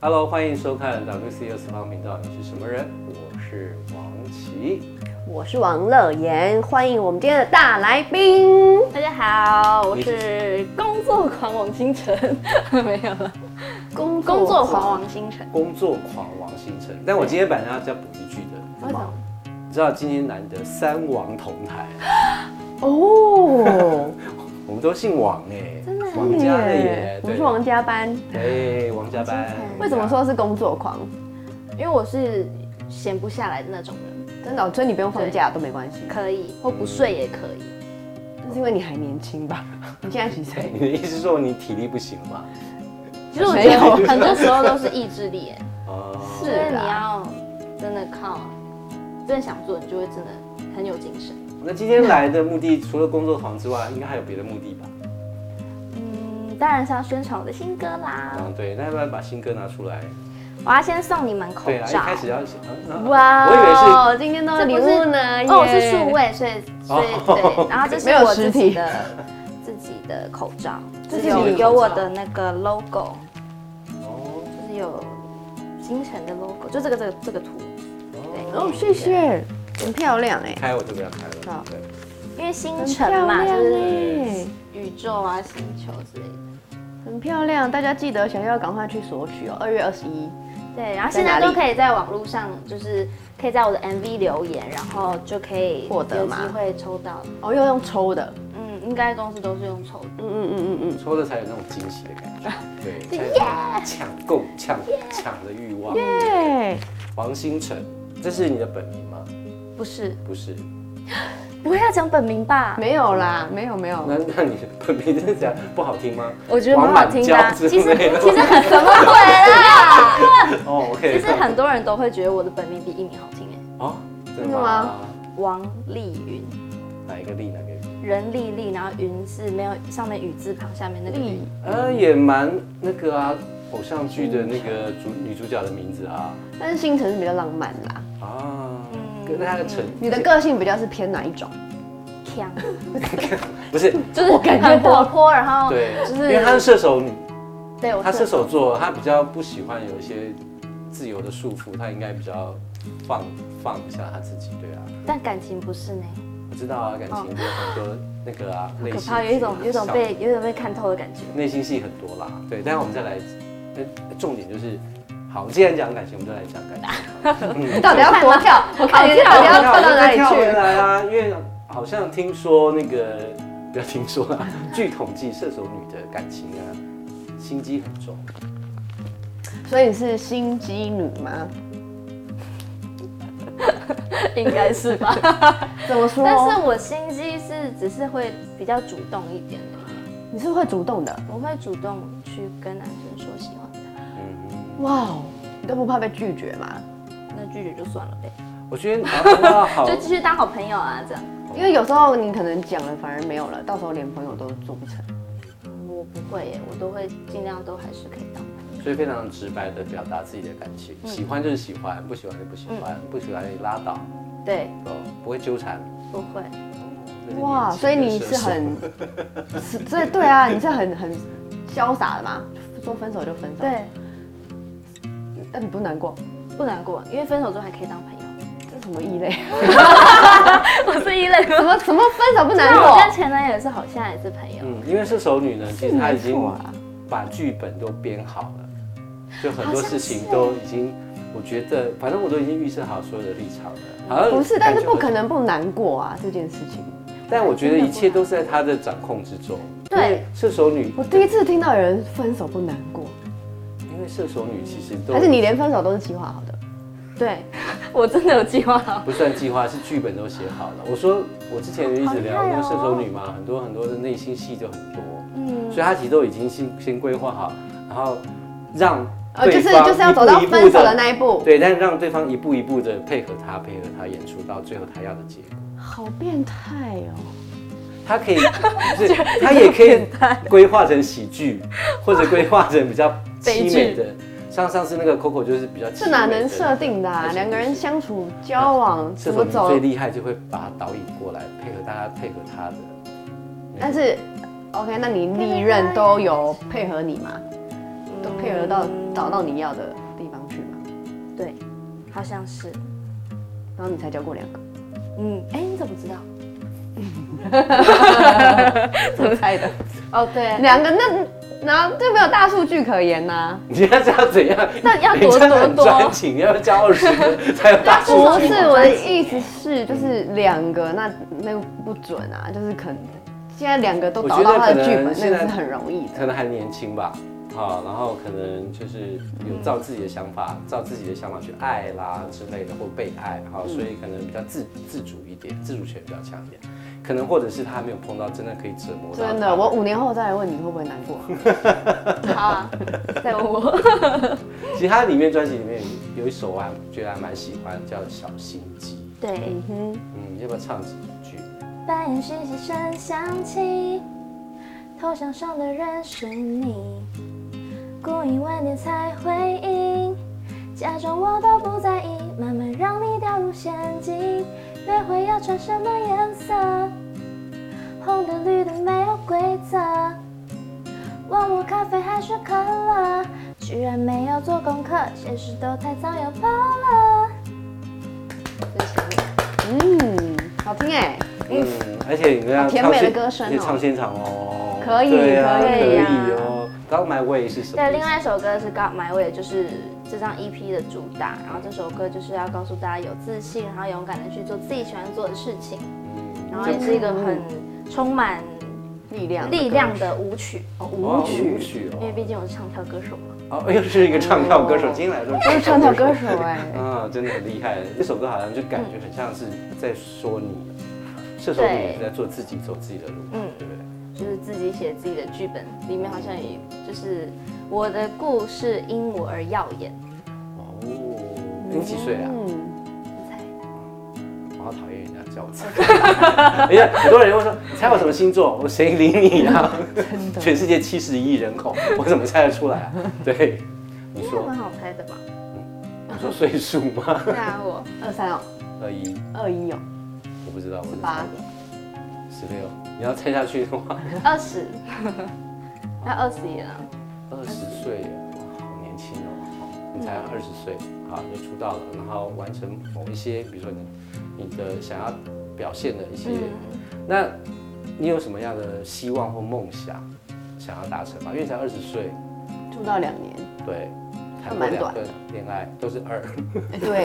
Hello，欢迎收看 WCU 四方频道，你是什么人？我是王琦。我是王乐妍，欢迎我们今天的大来宾。大家好，我你是工作狂王星辰， 没有了，工工作狂王星辰。工作狂王星辰。但我今天本来要再补一句的，为什么你知道今天难得三王同台，哦，我们都姓王哎，真的耶王家的耶，啊我是王家班。对，哎，王家班。为什么说是工作狂？因为我是闲不下来的那种人，真的哦、所以你不用放假都没关系，可以或不睡也可以。那是因为你还年轻吧？ 你现在几岁？你的意思是说你体力不行吗？其实我没觉有得很多时候都是意志力耶， 哦，就是你啦要真的靠，啊真的想做，你就会真的很有精神。那今天来的目的除了工作狂之外，应该还有别的目的啊吧？嗯，当然是要宣传我的新歌啦。嗯，对，那要不要把新歌拿出来？我要先送你们口对啊，一罩。开始要先，嗯嗯哇我以为是哦，今天都有礼物呢，哦，我哎耶是数位，所以所以哦对，然后这是没有我实自体己的自己的口罩，这就是你是有的口罩有我的那个 logo，哦就是有星辰的 logo，就这个这个这个图，哦，谢谢，很漂亮哎，开我这个要开了好，对，因为星很辰漂嘛，就亮是哎，宇宙啊、星球之类的。很漂亮，大家记得想要赶快去索取哦，二月二十一。对，然后在现哪在里都可以在网络上，就是可以在我的 MV 留言，然后就可以获得有机吗会抽到。哦，又用抽的，嗯，应该公司都是用抽的。嗯嗯嗯嗯抽了才有那种惊喜的感觉，对，才有那种抢购抢抢的欲望。嗯，对，王星辰，这是你的本名吗？不是，不是，不会要讲本名吧？没有啦，没有没有，那那你的本名是讲不好听吗？我觉得蛮好听的啊、王满娇之其实类的其实很什么鬼啦？哦，OK，其实很多人都会觉得我的本名比艺名好听哎，哦，真真的的吗吗？王丽云，哪一个力哪个力？人丽丽，然后云是没有上面雨字旁，下面那个丽丽。呃，也蛮那个啊，偶像剧的那个主女主角的名字啊但是星辰是比较浪漫啦。啊，嗯跟她的成你的个性比较是偏哪一种？ 强，不是就嗯是我感觉很活我泼，然后对，就因为她是是射手女，对我她射手座，她比较不喜欢有一些自由的束缚，她应该比较放放一下她自己，对啊，但感情不是呢，我知道啊，感情有很多那个啊，内可心怕，有一种有一种小被有一种被看透的感 觉。内心戏很多啦，对，但是我们再来，呃，重点就是，好，既然讲感情，我们就来讲感 情。你到底要多跳？我看你到底要跳到哪里跳回去？来啊，因为好像听说那个， 不要听说啦，据统计，射手女的感情啊，心机很重。所以你是心机女吗？应该是吧， 怎么说？但是我心机是只是会比较主动一点而已，你是会主动的。我会主动去跟男生说喜欢他，嗯，哇哦，你都不怕被拒绝吗？那拒绝就算了呗。我觉得你要当到好 就，继续当好朋友啊，这样。因为有时候你可能讲了反而没有了，到时候连朋友都做不成。我不会耶，我都会尽量都还是可以当朋友。所以非常直白的表达自己的感情，嗯喜欢就是喜欢，不喜欢就不喜欢，不喜欢就拉倒，对，哦，不会纠缠。不会，哇，所以你是很，是这对啊，你是很很潇洒的嘛，说分手就分手。，对，但你不难过，不难过，因为分手之后还可以当朋友。这什么异 类？ 我是一类，什么什么分手不难那过我？跟前男友也是好，现在也是朋友。嗯，因为射手女呢，其实她已经没错啊把剧本都编好了，就很多好像事情欸都已经，我觉得反正我都已经预设好所有的立场了。好像不是，呃感但觉是不可能不难过啊，这件事情。但我觉得一切都是在她的掌控之中。对因为射手女，我第一次听到有人分手不难过，因为射手女其实都还是你连分手都是计划好的？对， 我真的有计划好。不算计划，是剧本都写好了。我说我之前一直聊好厉那害个哦射手女嘛，很多很多的内心戏就很多，嗯，所以她其实都已经先先规划好，然后让呃，就是对方就是要一步走到一步分手地的那一步，对，但是让对方一步一步的配合他，配合他演出到最后他要的结果。好变态哦！他可以， 不 是他也可以规划成喜剧，或者规划成比较凄美的。像上次那个 Coco 就是比较凄美的这哪能设定的那啊？种两个人相处交往射怎手么女走最？厉害就会把他导引过来，配合大家配合他的。但是 OK，那你历任都有配合你吗？嗯都配合到找到你要的地方去嘛，对，好像是。然后你才交 过两个，嗯，哎，你怎么知道？怎么猜的？哦，对，两个那然后就没有大数据可言呐、你现在是要怎样？那要你多真的多很多专，情，你要不要加二十个才有大数不据是？我的意思是，就是两个那那个不准啊，就是可能现在两个都我觉找得到他的可剧能本，那现个在是很容易的。可能还年轻吧，啊，然后可能就是有照自己的想法，照自己的想法去爱啦之类的，或被爱，好，所以可能比较自自主一点，自主权比较强一点，可能或者是他还没有碰到真的可以折磨到他真的，我五年后再来问你会不会难过啊、 好啊，再问我。其实他里面专辑里面有一首我还觉得还蛮喜欢，叫《小心机》，对，嗯哼，嗯，要不要唱几句？半夜讯息声响起，头像上的人是你，故意晚点才回应，假装我都不在意，慢慢让你掉入陷阱。约会要穿什么颜色？红的绿的没有规则。问我咖啡还是可乐，居然没有做功课，现实都太早要跑了。嗯，好听哎、嗯，而且你们要好甜唱美的现歌声哦而且唱现场哦，可以对啊，可可以以啊哦。刚买位是什么？对，另外一首歌是《告埋尾》，就是这张 EP 的主打。然后这首歌就是要告诉大家有自信，然后勇敢的去做自己喜欢做的事情，嗯，然后也是一个很充满力量，力量的舞曲，哦哦舞曲舞，曲因为哦，毕竟我是唱跳歌手嘛。哦，又是一个唱跳歌手，今天来说都是传统歌手哎、啊，真的很厉害。这首歌好像就感觉很像是在说你，射手对你也在做自己，走自己的路，嗯对不对？就是自己写自己的剧本，里面好像也就是我的故事因我而耀眼。哦， 你几岁啊？嗯，你猜我好讨厌人家叫我猜。 哎呀，很多人会说你猜我什么星座？我谁理你啊？真的，全世界七十亿人口，我怎么猜得出来啊？对，你应该说蛮好猜的吧？你说岁数吗？对啊， 我二三哦，二一，二一哦，我不知道，我是八十六。你要猜下去的话，二十，那二十也了。二十岁，哇好年轻哦！你才二十岁，好就出道了，然后完成某一些，比如说你你的想要表现的一些，嗯嗯那你有什么样的希望或梦想想要达成吗？因为才二十岁，出道两年，对，还谈过蛮两短个恋爱都是二。 哎对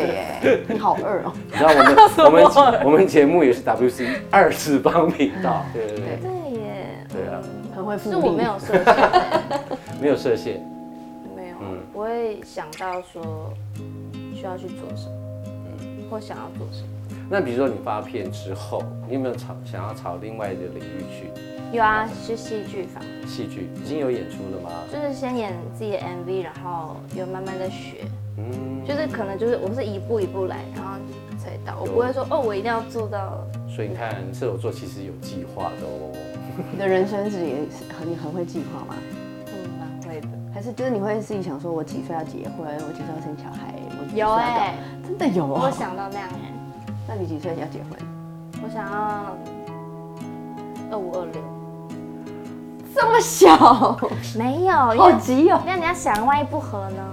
耶，你好二哦，你知道我们我 们节我们节目也是 WC 二次方频道，对对对对，对耶。对啊嗯很会复是利，我没有设想，没有设限，没有嗯，不会想到说需要去做什么，或想要做什么。那比如说你发片之后，你有没有朝想要朝另外的领域去？有啊，是戏剧房，戏剧已经有演出了吗？就是先演自己的 MV，然后有慢慢的学，嗯，就是可能就是我是一步一步来，然后才到，我有不会说哦，我一定要做到。所以你看射手座其实有计划的哦。你的人生是也是很你很会计划吗？嗯，蛮会的。还是就是你会自己想说，我几岁要结婚，我几岁要生小孩，我几岁有要哎、干嘛真的有我哦。想到那样哎、那你几岁要结婚？我想要二五二六，这么 小，没有，因好为急哦。那你要想，万一不合呢？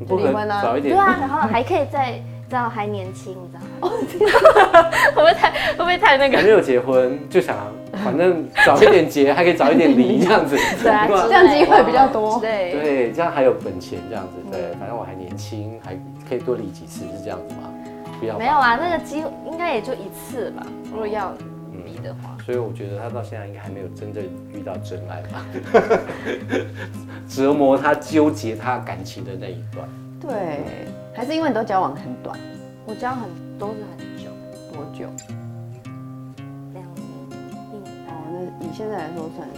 你不离可婚啊早一对点，啊，然后还可以再，知道还年轻，你知道吗？哦 会不会太会不会太那还个？没有结婚就想，反正早一点结还可以早一点离这样子，对啊，吧这样机会比较多对，对，这样还有本钱这样子，对，反正我还年轻，还可以多理几次，是这样子吗？不要吧没有啊，那个机会应该也就一次吧。如果要比的话，所以我觉得他到现在应该还没有真正遇到真爱吧， 折磨他、纠结他感情的那一段，对，还是因为你都交往很短，我交很都是很久，多久？两年一年。哦，那以现在来说算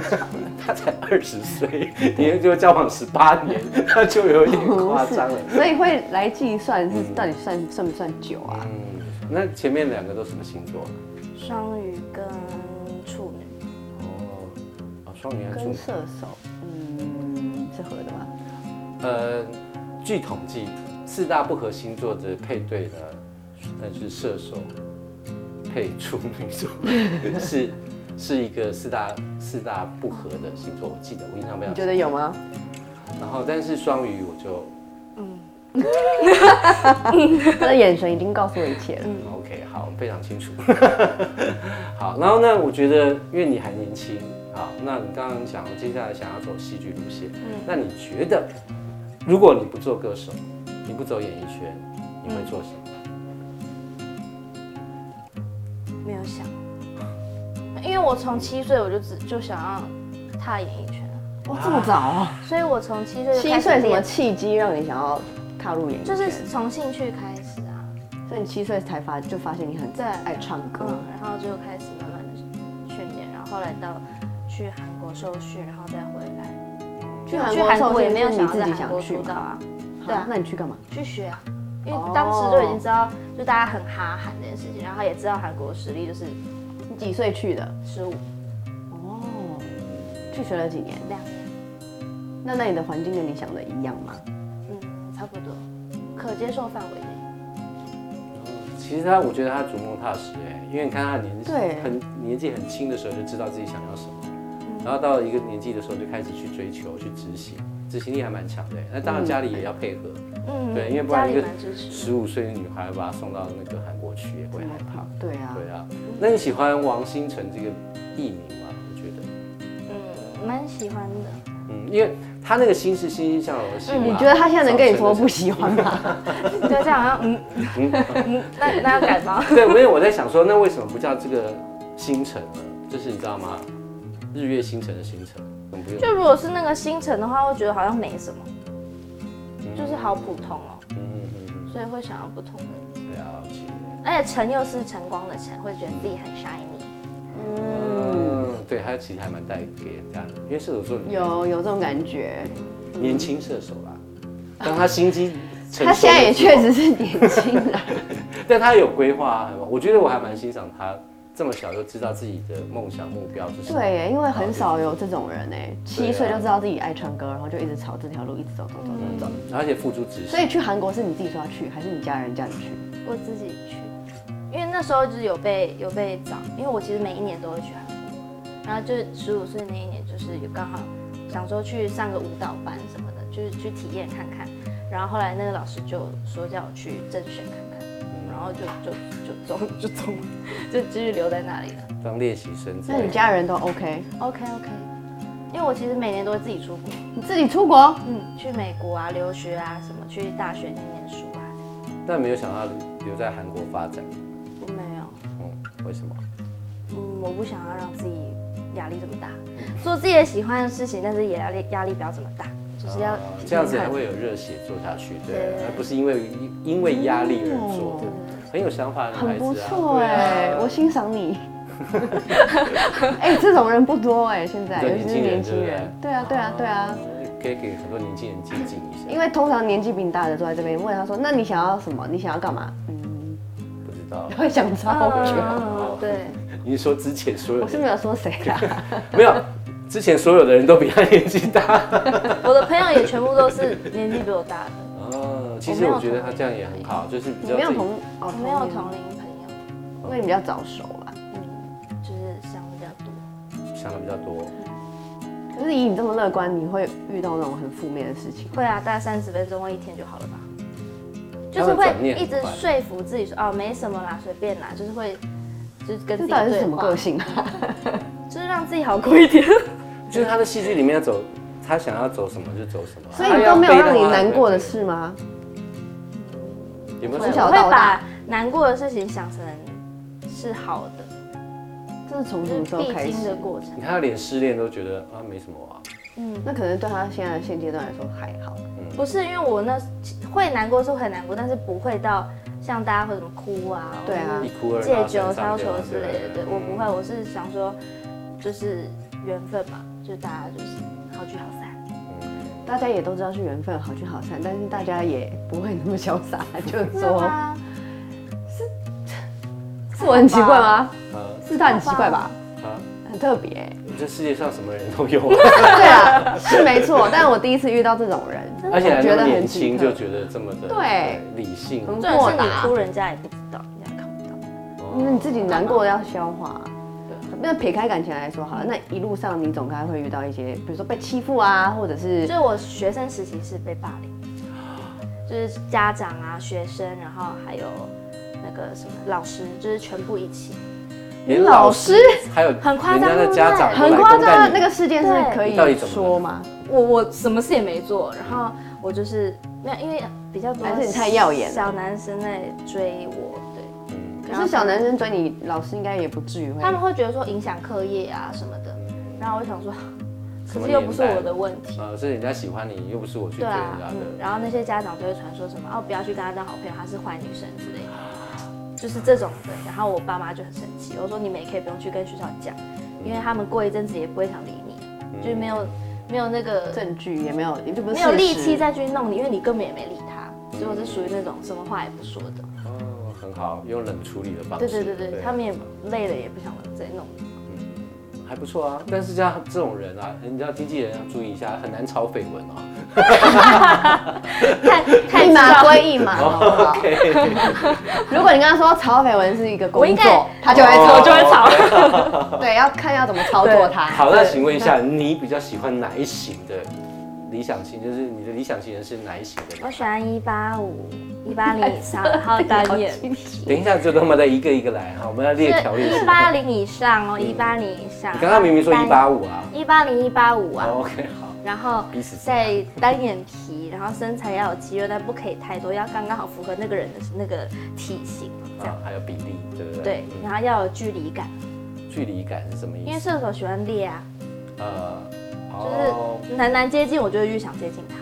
他才二十岁，你就交往十八年，那就有一点夸张了。是，所以会来计算是到底算算不算久啊？嗯，那前面两个都什么星座？双鱼跟处女，哦，哦，双鱼和处跟女。射手，嗯，是合的吗？呃，据统计，四大不合星座的配对呢，呃是射手配处女座，是 是一个四大四大不合的星座。我记得我印象非你啊常觉深。得有吗？然后但是双鱼我就他的眼神已经告诉我一切嗯了。 OK，好，非常清楚。 好，然后呢，我觉得因为你还年轻，好，那你刚刚讲接下来想要走戏剧路线，那你觉得如果你不做歌手，你不走演艺圈，你会做什么？没有想，因为我从七岁我就只就想要踏演艺圈了，哇，这么早啊！所以我从七岁就七开始岁什么练，契机让你想要踏入演艺就圈？是从兴趣开始啊，所以你七岁才发就发现你很对爱唱歌嗯，，然后就开始慢慢的训练，然后后来到去韩国受训，然后再回来。去去韩国也没有是你想自要己在韩想国去出道吗？啊，好对啊那你去干嘛？去学啊，因哦为当时就已经知道，就大家很哈韩这件事情，然后也知道韩国实力就是你几岁去的？十五哦，去学了几年？两年，那那你的环境跟你想的一样吗？嗯，差不多，可接受范围内。其实他，我觉得他逐梦踏实哎，因为你看他年纪对很年纪很轻的时候就知道自己想要什么，嗯然后到了一个年纪的时候就开始去追求、去执行，执行力还蛮强的哎。那当然家里也要配合，嗯对，因为不然一个家里蛮支持的十五岁的女孩把她送到那个韩国去也会害怕。对啊，对啊，那你喜欢王星辰这个艺名吗？我觉得，嗯，蛮喜欢的。嗯，因为他那个星是欣欣向荣的星嘛、嗯你觉得他现在能跟你说不喜欢 吗？ 对，这样好像嗯嗯，那那要改吗？ 对，没有，我在想说，那为什么不叫这个星辰呢？就是你知道吗？日月星辰的星辰，怎么不用？就如果是那个星辰的话，会觉得好像没什么，就是好普通哦，嗯嗯嗯，所以会想要不同的。了解。而且晨又是晨光的晨，会觉得自己很 shiny。嗯，对，他其实还蛮带给人家的，因为射手座有有这种感觉，年轻射手啦，当他心机成熟的时候，他现在也确实是 年轻人，但他有规划啊，我觉得我还蛮欣赏他这么小就知道自己的梦想目标是什么。对，因为很少有这种人哎，啊七岁就知道自己爱唱歌，然后就一直朝这条路一直走走走走走。而且付诸执所行。以去韩国是你自己说要去，还是你家人叫你去？我自己去，因为那时候就是有被有被找，因为我其实每一年都会去韩国，然后就十五岁那一年就是有刚好想说去上个舞蹈班什么的，就是去体验看看。然后后来那个老师就说叫我去甄选看看，然后就就就走 就走，就继续留在那里了。当练习生之那类你的。家人都 OK？ OK OK，因为我其实每年都会自己出国，你自己出国？嗯，去美国啊留学啊什么，去大学念念书啊，但没有想到留在韩国发展，我没有。嗯，为什么？嗯，我不想要让自己压力这么大，做自己的喜欢的事情，但是也压力压力不要这么大，就是要、啊这样子才会有热血做下去，对，对而不是因为因为压力而做，很有想法的嗯很孩子啊，不错对哎、啊我欣赏 你。哎、这种人不多哎、现在对尤其是年年轻轻人人。对啊，对啊，对哦啊。可以给很多年轻人借鉴一下，因为通常年纪比你大的坐在这边，问他说：“那你想要什么？你想要干嘛 不知？”道你，会想超啊久。嗯对，你是说之前所有我是的没有说谁啊啦，没有，之前所有的人都比他年纪大。 我的朋友也全部都是年纪比我大的，哦，其实我觉得他这样也很好，就是比你较没有自己同哦我没有同龄朋友，龄，因为你比较早熟啦。嗯，就是想的比较多。想的比较多。可是以你这么乐观，你会遇到那种很负面的事情吗。会啊，大概三十分钟或一天就好了吧。就他是们会转念一直很快说服自己说哦没什么啦，随便啦，就是会就是跟自这己到底是对什么话个，性啊？就是让自己好过一点。就是他的戏剧里面要走，他想要走什么就走什么。所以你都没有让啊你难过的事吗？有没有从什么？小我到 会大把难过的事情想成是好的，这是从什就么是时候嗯必嗯开经始的？过程。你看他连失恋都觉得啊没什么啊，嗯，那可能对他现在现阶段来说还好。不是因为我那会难过是会难过，但是不会到像大家会怎么哭啊，对啊一哭二或者闹借酒三消上愁吊啊之类的。对我不会，我是想说，就是缘分嘛，就大家就是好聚好散。嗯大家也都知道是缘分，好聚好散，但是大家也不会那么潇洒，就是没有说，啊是我很奇怪吗？呃是他很奇怪吧？啊，很特别 欸、这世界上什么人都有啊，对啊，是没错，但我第一次遇到这种人，而且还 那我觉得么很年奇轻特就。觉得这么的对理性很重点啊是豁你达哭，人家也不知道，人家看不到。哦嗯你自己难过要消化，那撇开感情来说好了，那一路上你总该会遇到一些，比如说被欺负啊，或者是就是我学生时期是被霸凌，就是家长啊、学生，然后还有那个什么老师，就是全部一起。连老师哎还有很夸张人家的家长对都来很不夸公干张。啊你那个事件是可以你到底怎么了说吗？我我什么事也没做，然后我就是没有，因为比较多还是你太耀眼了小男生在追我，对，嗯可是小男生追你，老师应该也不至于会。他们会觉得说影响课业啊什么的，然后我就想说， 什可么是又不是年代我的问题，呃，是人家喜欢你，又不是我去对追人啊家，嗯的。然后那些家长就会传说什么哦不要去跟他当好朋友，她是坏女生之类的，就是这种的。然后我爸妈就很生气，我说你们也可以不用去跟学校讲，因为他们过一阵子也不会想理嗯你，就是没有没有那个证据也没有，也就不是没有事力实气再去弄你，因为你根本也没理他，所以我是属于那种什么话也不说的。哦，很好，用冷处理的方式。对对对对，他们也累了，也不想再弄。 还不错啊。但是像这种人啊，你知道经纪人要注意一下，很难炒绯闻哦。 太太一知码道归一码，好不好 OK， 如果你跟他说曹绯闻是一个我应工该作，他就会哦操我就作会。吵。 对，要看要怎么操作他。好，那请问一下，你比较喜欢哪一型的理想型？就是你的理想型人是哪一型的我人？喜欢一八五、一八零以 上，然后单眼皮。等一下，就他妈的一个一个来哈，我们要列条列是式一。八零以上哦，一八零以上。你刚刚明明说一八五啊。一八零一八五啊，哦 OK，好。然后彼此之再单眼皮，然后身材要有肌肉，但不可以太多，要刚刚好符合那个人的那个体型，这样啊，还有比例，对不对？对，然后要有距离感，嗯。距离感是什么意因为思？射手喜欢猎啊，呃，哦，就是男男接近我就越想接近他，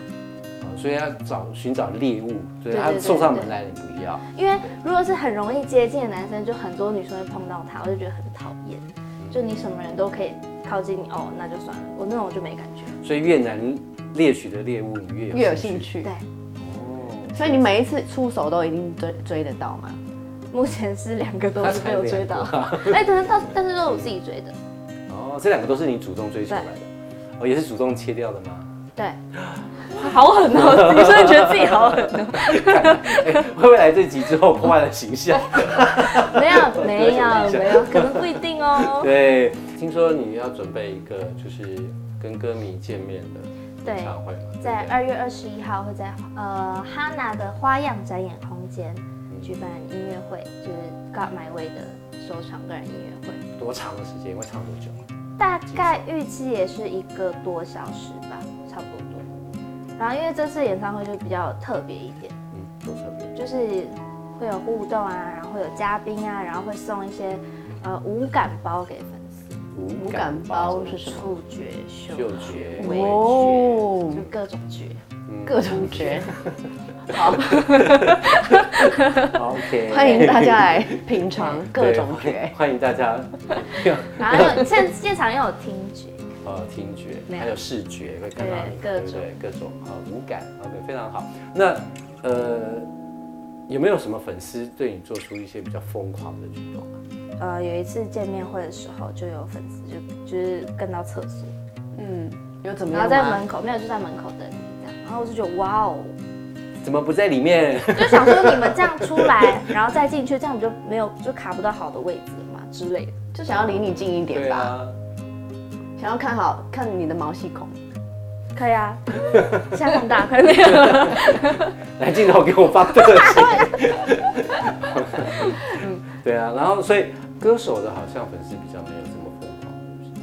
哦所以要找寻找猎物，所以对他对对送上门对来，你不要。因为如果是很容易接近的男生，就很多女生会碰到他，我就觉得很讨厌。就你什么人都可以靠近你，哦，那就算了，我那种我就没感觉。所以越难猎取的猎物，你越有越有兴。趣对。，哦，所以你每一次出手都一定追追得到吗？目前是两个都他是才没有追到， 哎，但是但但是都是我自己追的，哦，这两个都是你主动追求来的，哦，也是主动切掉的吗？ 对，好狠哦！你真的觉得自己好狠 哦？会不会来这集之后破坏了形 象？没有没有没有，可能不一定哦。对，听说你要准备一个就是跟歌迷见面的演唱会嘛？对在不对二月二十一号会在呃哈娜的花样展演空间嗯举办音乐会，就是告买位的首场个人音乐会，多长的时间？会唱多久？啊大概预期也是一个多小时吧，差不多。然后因为这次演唱会就比较特别一点，嗯，多特别。就是会有互动啊，然后会有嘉宾啊，然后会送一些呃五感包给粉丝，五五感包是什么？触觉、嗅嗅觉、味味觉，哦就，各种觉。嗯各种觉。好， OK，欢迎大家来品尝各种觉 对。欢迎大家然后有现现场又有听觉，呃，听觉啊没有还有视觉会看到你，对对各不种对？各种啊，五感，OK，非常好。那呃，有没有什么粉丝对你做出一些比较疯狂的举动啊？呃，有一次见面会的时候，就有粉丝就就是跟到厕所，嗯，有怎么然后样在吗？门口没有就在门口等你这样，然后我就觉得哇哦，怎么不在里面？就想说你们这样出 来，然后再进去，这样就没有就卡不到好的位置了嘛之类的。就想要离你近一点对吧，啊，想要看好看你的毛细孔。可以啊，现在很大 块那个，来镜头给我发特写。嗯对啊，然后所以歌手的好像粉丝比较没有这么疯狂，是不是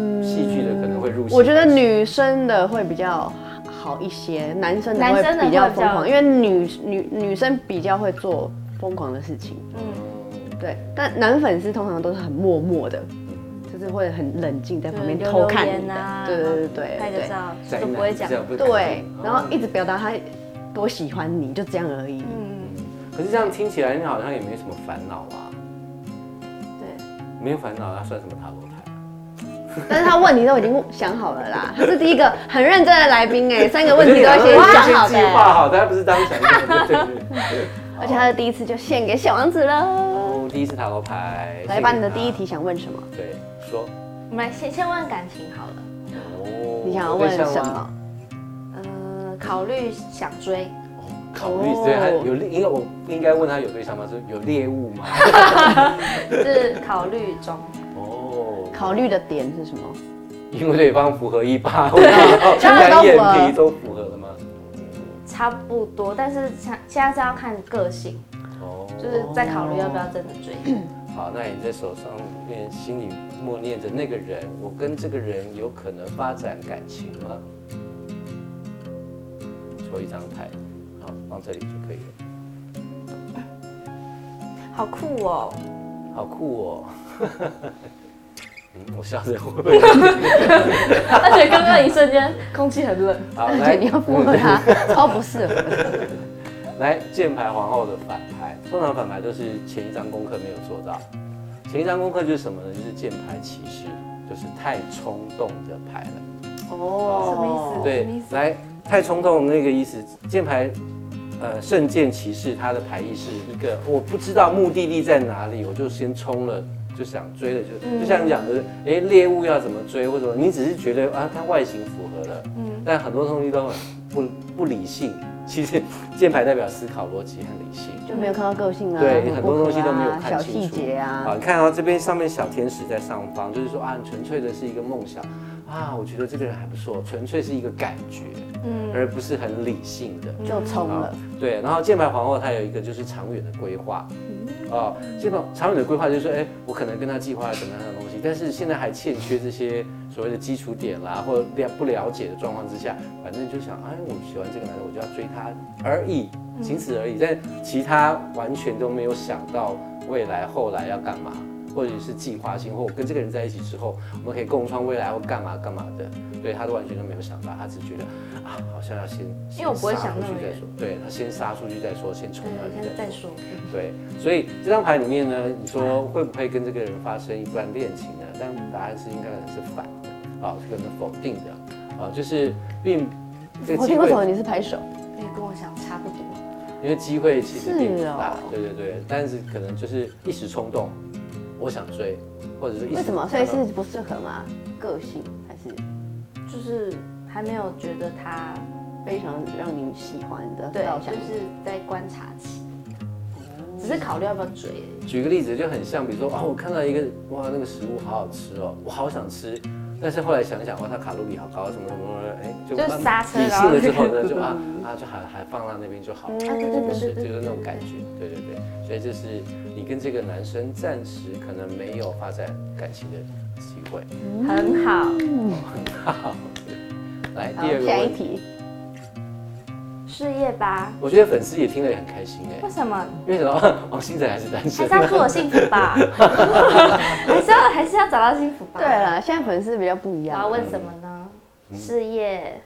嗯，戏剧的可能会入戏我觉得女生的会比较好一些，男生的男生会的会比较比疯较狂，因为女女女生比较会做疯狂的事情。嗯，嗯对，但男粉丝通常都是很默默的，就是会很冷静在旁边就是偷看留你言的啊，，对对对对拍个对照宅都男不会讲这。样不是对对，感觉然后一直表达他多喜欢你，就这样而已。嗯，可是这样听起来你好像也没什么烦恼啊，嗯对，没有烦恼，那算什么塔罗牌？但是他问题都已经想好了啦，他是第一个很认真的来宾哎，三个我问觉得题你都好先像想好先计划的，好，但不是当场的。对对对。 而且他的第一次就献给小王子了。哦，第一次塔罗牌，来把你的第一题想问什么？啊对说。我们来先先问感情好了。哦你想要问什？么？呃，考虑想 追，哦考虑对象吗，有猎，应该我不应该 问他有对象吗？是有猎物吗？就是考虑中。哦，考虑的点是什么？因为对方符合一 八，我然后全部都符合眼皮都符合了吗？差不多，但是像现在是要看个性，哦，就是在考虑要不要真的 追。好，那你在手上面心里默念着那个人，我跟这个人有可能发展感情吗？抽一张牌，好，放这里就可以了。好酷哦！ 好酷哦！ 嗯，我笑着 会不会？而且刚刚一瞬间空气很冷，好，而来且你要符合 他，超不适合。来，键盘皇后的反牌，通常反牌都是前一张功课没有做到。前一张功课就是什么呢？就是键牌骑士，就是太冲动的牌了。哦，什么意思对什么意，思来，太冲动那个意思，键牌，呃，圣剑骑士它的牌意是一个我不知道目的地在哪里，我就先冲了。就想追了，就嗯就像你讲的，哎、猎物要怎么追，或者什么你只是觉得啊，它外形符合了，嗯，但很多东西都很不不理性。其实键牌代表思考逻辑和理性，就没有看到个性啊，对骨骼很多东西都没有啊看小清楚细节啊，啊，你看到、这边上面小天使在上方，就是说啊，你纯粹的是一个梦想啊，我觉得这个人还不错，纯粹是一个感觉，嗯，而不是很理性的。就冲啊了。，对，然后键盘皇后她有一个就是长远的规划，嗯哦，键盘长远的规划就是说，哎，我可能跟他计划了怎么样的东西，但是现在还欠缺这些所谓的基础点啦，或者了不了解的状况之下，反正就想，哎，我喜欢这个男的，我就要追他而已，嗯仅此而已。但其他完全都没有想到未来后来要干嘛，或者是计划性，或我跟这个人在一起之后，我们可以共创未来或干嘛干嘛的，对他都完全都没有想法，他只觉得啊，好像要先，因为我不会先杀想那出么去再远说，对他先杀出去再说，先冲对，上去现在再再说。说。对，所以这张牌里面呢，你说会不会跟这个人发生一段恋情呢？但答案是应该可能是反的，啊，这个呢否定的，啊，就是并这个我机听为什么会，你是拍手？因为跟我想差不多，因为机会其实并不是哦大，对对对，但是可能就是一时冲动，我想追，或者是一时为什么？所以是不适合吗？个性还是就是还没有觉得他，非常让你喜欢的对到，啊就想是在观察期，嗯只是考虑要不要追而已。举个例子就很像，比如说啊，我看到一个哇，那个食物好好吃哦，我好想吃，但是后来想一想，哇，它卡路里好高，什么什么什么，哎，就就慢刹车嗯理性然后了之后那呢，个 就啊啊，就还还放到那边就好了，啊，对对对是对就对，是那种感觉，对对对，所以这是你跟这个男生暂时可能没有发展感情的机会。很好。好，来好第二个下一问题，题，事业吧？我觉得粉丝也听了也很开心哎为，什 么？因为什么？ 王心晨还是单还身是，要祝我幸福吧？ 还是要还是要找到幸福吧？对，了，现在粉丝比较不一我样要。问什么呢？事业，